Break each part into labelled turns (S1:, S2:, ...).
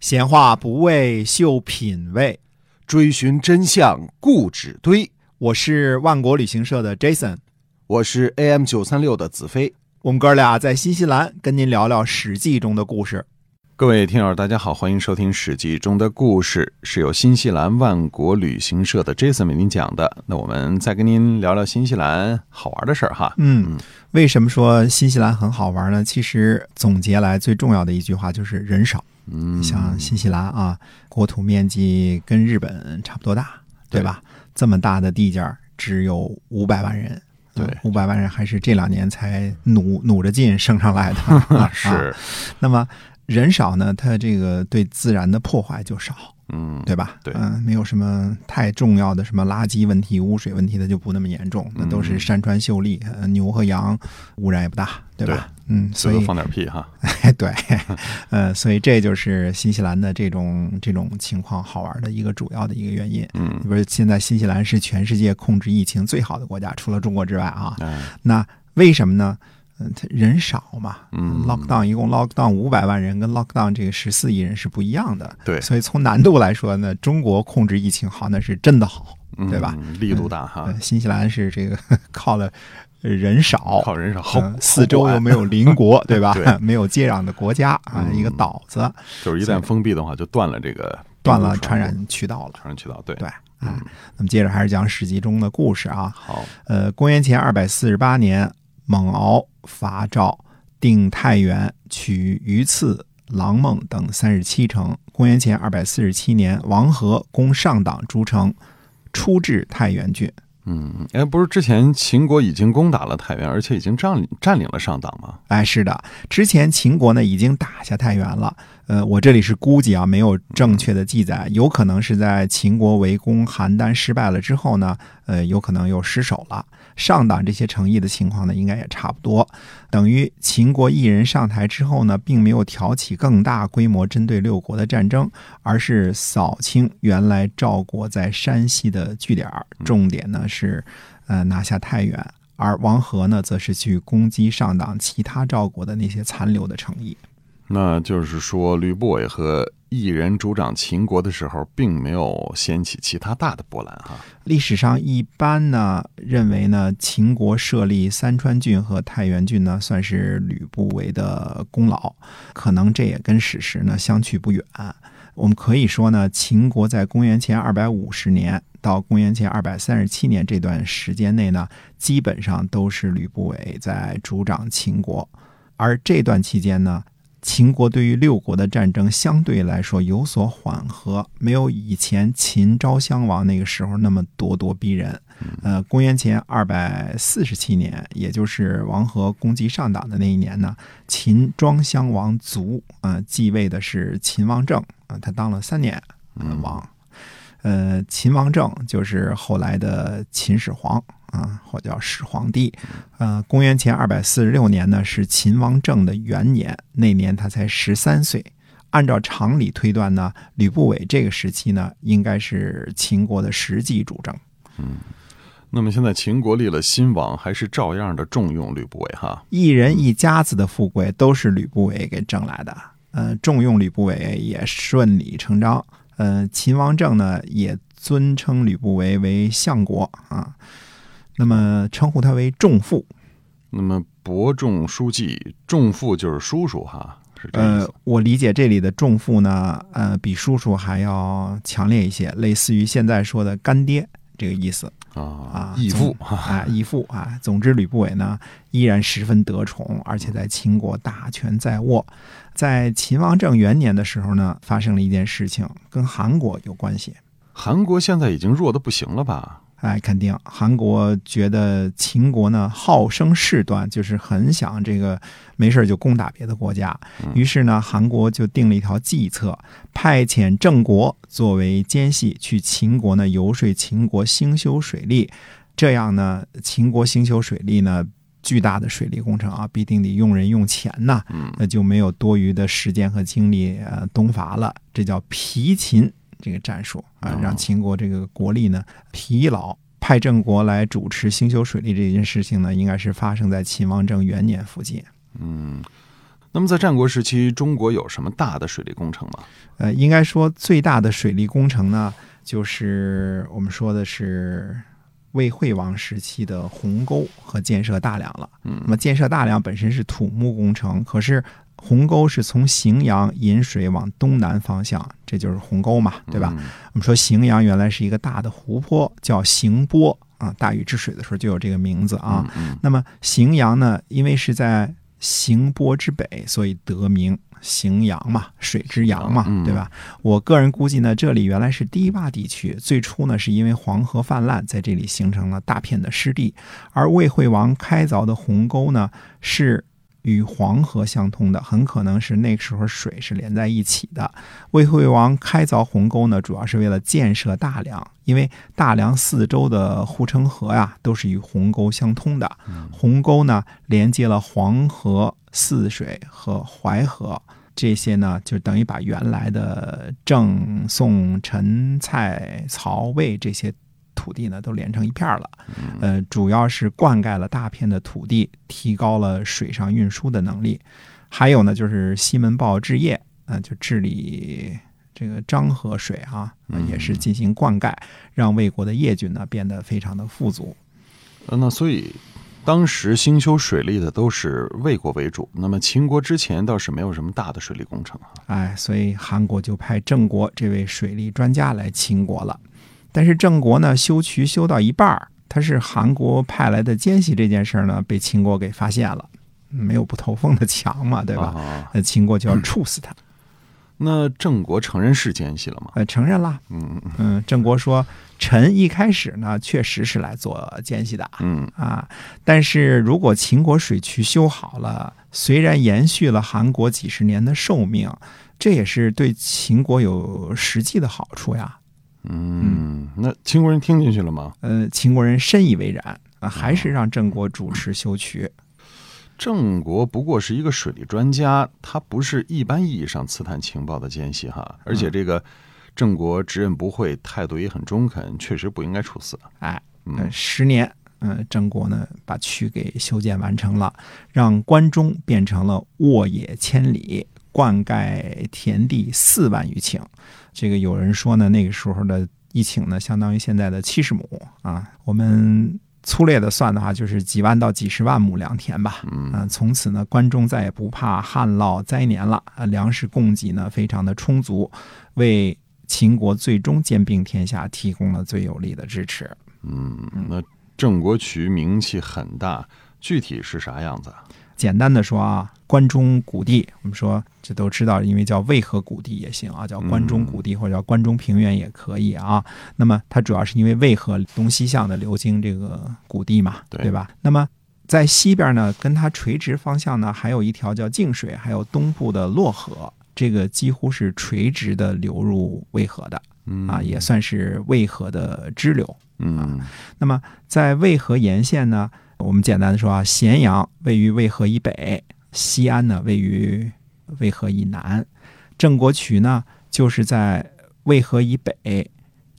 S1: 闲话不为秀品味，
S2: 追寻真相故纸堆。
S1: 我是万国旅行社的 Jason，
S2: 我是 AM 九三六的子飞。
S1: 我们哥俩在新西兰跟您聊聊《史记》中的故事。
S2: 各位听友，大家好，欢迎收听《史记》中的故事，是由新西兰万国旅行社的 Jason 为您讲的。那我们再跟您聊聊新西兰好玩的事儿哈。
S1: 嗯，为什么说新西兰很好玩呢？其实总结来最重要的一句话就是人少。
S2: 嗯，
S1: 像新西兰啊，国土面积跟日本差不多大，对吧？这么大的地界儿，只有五百万人。
S2: 对
S1: 五百万人还是这两年才努努着劲升上 来的。啊、啊
S2: 是，
S1: 那么人少呢，它这个对自然的破坏就少，
S2: 嗯，
S1: 对吧？
S2: 对
S1: 嗯、没有什么太重要的什么垃圾问题、污水问题，它就不那么严重。那都是山川秀丽，呃牛和羊污染也不大，对吧？嗯，所
S2: 最
S1: 以
S2: 多放点屁哈。
S1: 对，呃，所以这就是新西兰的这种这种情况好玩的一个主要的一个原因。
S2: 嗯，
S1: 不是现在新西兰是全世界控制疫情最好的国家，除了中国之外啊。
S2: 哎
S1: 那为什么呢？嗯，它人少嘛。
S2: 嗯
S1: lockdown 一共 lockdown 五百万人，跟 lockdown 这个十四亿人是不一样的。
S2: 对
S1: 所以从难度来说呢，中国控制疫情好，那是真的好。
S2: 嗯啊
S1: 对吧？
S2: 力度大哈
S1: 呃，新西兰是这个 靠了人少，
S2: 靠人少，好
S1: 嗯
S2: 好
S1: 四周
S2: 管
S1: 又没有邻国，对吧？
S2: 对 嗯
S1: 没有接壤的国家啊，一个岛子，
S2: 就是一旦封闭的话，就断了这个
S1: 断了
S2: 病毒
S1: 传
S2: 入
S1: 染渠道了。
S2: 传染渠道。对，
S1: 对，
S2: 嗯
S1: 啊，那么接着还是讲《史记》中的故事啊。
S2: 好，
S1: 呃，公元前二百四十八年，蒙敖伐赵，定太原，取榆次、郎孟等三十七城。公元前二百四十七年，王和攻上党诸城，出至太原郡。
S2: 嗯，哎，不是之前秦国已经攻打了太原，而且已经占领占领了上党吗？
S1: 哎，是的，之前秦国呢已经打下太原了。呃，我这里是估计啊，没有正确的记载，有可能是在秦国围攻邯郸失败了之后呢，呃，有可能又失守了。上党这些城邑的情况呢，应该也差不多。等于秦国一人上台之后呢，并没有挑起更大规模针对六国的战争，而是扫清原来赵国在山西的据点儿，重点呢是呃拿下太原，而王和呢，则是去攻击上党其他赵国的那些残留的城邑。
S2: 那就是说，吕不韦和异人主掌秦国的时候，并没有掀起其他大的波澜哈。
S1: 历史上一般呢认为呢，秦国设立三川郡和太原郡呢，算是吕不韦的功劳，可能这也跟史实呢相去不远。我们可以说呢，秦国在公元前二百五十年到公元前二百三十七年这段时间内呢，基本上都是吕不韦在主掌秦国，而这段期间呢。秦国对于六国的战争相对来说有所缓和，没有以前秦昭襄王那个时候那么咄咄逼人。呃，公元前二百四十七年，也就是王和攻击上党的那一年呢，秦庄襄王卒，啊、继位的是秦王政，啊、他当了三年、呃
S2: 嗯
S1: 王。呃，秦王政就是后来的秦始皇啊，或叫始皇帝。呃，公元前二百四十六年呢，是秦王政的元年，那年他才十三岁。按照常理推断呢，吕不韦这个时期呢，应该是秦国的实际主政。
S2: 那么现在秦国立了新王，还是照样的重用吕不韦哈。
S1: 一人一家子的富贵都是吕不韦给挣来的。呃，重用吕不韦也顺理成章。呃，秦王政呢也尊称吕不韦为相国啊，那么称呼他为仲父。
S2: 那么伯仲叔季，仲父就是叔叔哈，是这意
S1: 呃
S2: 思。，
S1: 我理解这里的仲父呢，呃，比叔叔还要强烈一些，类似于现在说的干爹这个意思。啊
S2: 啊，义父哈，
S1: 啊，义父啊。总之，吕不韦呢依然十分得宠，而且在秦国大权在握。在秦王政元年的时候呢，发生了一件事情，跟韩国有关系。
S2: 韩国现在已经弱的不行了吧？
S1: 哎，肯定韩国觉得秦国呢好生事端，就是很想这个没事儿就攻打别的国家。
S2: 嗯
S1: 于是呢，韩国就定了一条计策，派遣郑国作为奸细去秦国呢游说秦国兴修水利，这样呢，秦国兴修水利呢。巨大的水利工程啊，必定得用人用钱呐、
S2: 嗯
S1: 那就没有多余的时间和精力呃东伐了，这叫疲秦这个战术啊
S2: 哦，
S1: 让秦国这个国力呢疲劳。派郑国来主持兴修水利这件事情呢，应该是发生在秦王政元年附近。
S2: 嗯，那么在战国时期，中国有什么大的水利工程吗？
S1: 呃，应该说最大的水利工程呢，就是我们说的是魏惠王时期的鸿沟和建设大梁了。
S2: 嗯
S1: 那么建设大梁本身是土木工程，可是鸿沟是从荥阳引水往东南方向，这就是鸿沟嘛，对
S2: 嗯
S1: 吧？？我们说荥阳原来是一个大的湖泊，叫荥波啊，大禹治水的时候就有这个名字啊。
S2: 嗯，嗯
S1: 那么荥阳呢，因为是在荥波之北，所以得名荥阳嘛，水之阳嘛，
S2: 嗯
S1: 对吧？我个人估计呢，这里原来是低洼地区，最初呢是因为黄河泛滥，在这里形成了大片的湿地，而魏惠王开凿的鸿沟呢是。与黄河相通的，很可能是那个时候水是连在一起的。魏惠王开凿鸿沟呢，主要是为了建设大梁，因为大梁四周的护城河呀、都是与鸿沟相通的。鸿沟呢连接了黄河、泗水和淮河，这些呢就等于把原来的郑、宋、陈、蔡、曹、魏这些土地呢都连成一片儿了。呃，主要是灌溉了大片的土地，提高了水上运输的能力。还有呢，就是西门豹治邺，啊、就治理这个漳河水啊，呃也是进行灌溉，让魏国的业郡呢变得非常的富足。
S2: 呃那所以。当时兴修水利的都是魏国为主，那么秦国之前倒是没有什么大的水利工程啊。
S1: 哎，所以韩国就派郑国这位水利专家来秦国了。但是郑国呢，修渠修到一半儿，他是韩国派来的奸细这件事儿呢，被秦国给发现了，没有不透风的墙嘛，对吧？
S2: 啊
S1: 那秦国就要处死他，
S2: 那郑国承认是奸细了吗？
S1: 呃，承认啦。
S2: 嗯嗯
S1: 嗯，郑国说，臣一开始呢，确实是来做奸细的，
S2: 嗯
S1: 啊，但是如果秦国水渠修好了，虽然延续了韩国几十年的寿命，这也是对秦国有实际的好处呀。
S2: 嗯，那秦国人听进去了吗？
S1: 呃，秦国人深以为然啊，还是让郑国主持修渠。
S2: 郑国不过是一个水利专家，他不是一般意义上刺探情报的奸细哈。而
S1: 嗯
S2: 且这个郑国直认不讳，态度也很中肯，确实不应该处死。
S1: 哎，呃
S2: 嗯，
S1: 十年，嗯、郑国呢把渠给修建完成了，让关中变成了沃野千里，灌溉田地四万余顷。这个有人说呢，那个时候的一顷呢，相当于现在的七十亩啊。我们粗略的算的话，就是几万到几十万亩良田吧。
S2: 嗯
S1: 啊从此呢，关中再也不怕旱涝灾年了，啊，粮食供给呢非常的充足，为秦国最终兼并天下提供了最有力的支持。
S2: 嗯，那郑国渠名气很大，具体是啥样子啊？
S1: 简单的说啊，关中谷地，我们说这都知道，因为叫渭河谷地也行啊，叫关中谷地或者叫关中平原也可以啊。那么它主要是因为渭河东西向的流经这个谷地嘛，
S2: 对
S1: 对吧？那么在西边呢，跟它垂直方向呢，还有一条叫泾水，还有东部的洛河，这个几乎是垂直的流入渭河的
S2: 嗯
S1: 啊，也啊算是渭河的支流。
S2: 嗯
S1: 那么在渭河沿线呢，我们简单的说啊，咸阳位于渭河以北，西安呢位于渭河以南，郑国渠呢就是在渭河以北、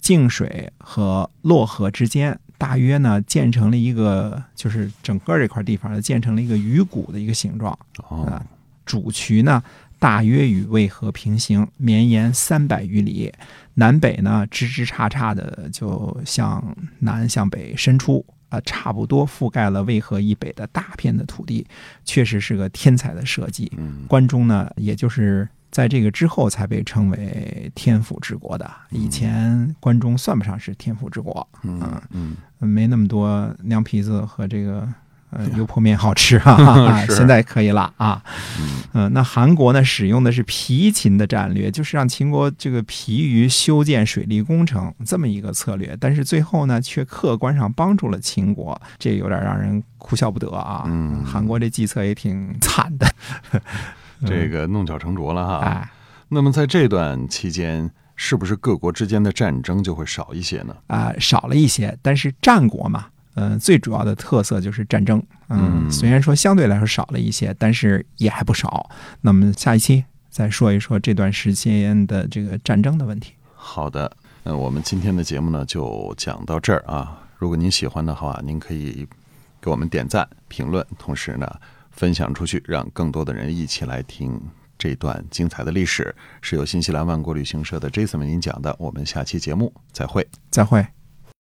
S1: 泾水和洛河之间。大约呢，建成了一个，就是整个这块地方呢，建成了一个鱼骨的一个形状。
S2: 哦
S1: 啊，主渠呢大约与渭河平行，绵延三百余里，南北呢枝枝杈杈的就向南向北伸出。啊，差不多覆盖了渭河以北的大片的土地，确实是个天才的设计。
S2: 嗯
S1: 关中呢，也就是在这个之后才被称为天府之国的。以前关中算不上是天府之国，
S2: 嗯嗯，，
S1: 没那么多凉皮子和这个呃油泼面好吃啊
S2: 是
S1: 现在可以了啊。
S2: 嗯
S1: 呃，那韩国呢使用的是皮秦的战略，就是让秦国这个疲于修建水利工程这么一个策略，但是最后呢却客观上帮助了秦国，这有点让人哭笑不得啊。
S2: 嗯
S1: 韩国这计策也挺惨的，
S2: 这个弄巧成拙了哈。
S1: 哎。
S2: 那么在这段期间，是不是各国之间的战争就会少一些呢？
S1: 啊、少了一些，但是战国嘛，嗯、最主要的特色就是战争，
S2: 嗯
S1: 嗯，虽然说相对来说少了一些，但是也还不少。那么下一期再说一说这段时间的这个战争的问题。
S2: 好的，那我们今天的节目呢就讲到这儿啊。如果您喜欢的话，您可以给我们点赞、评论，同时呢分享出去，让更多的人一起来听这段精彩的历史。是由新西兰万国旅行社的 Jason 为您讲的。我们下期节目再会。
S1: 再会。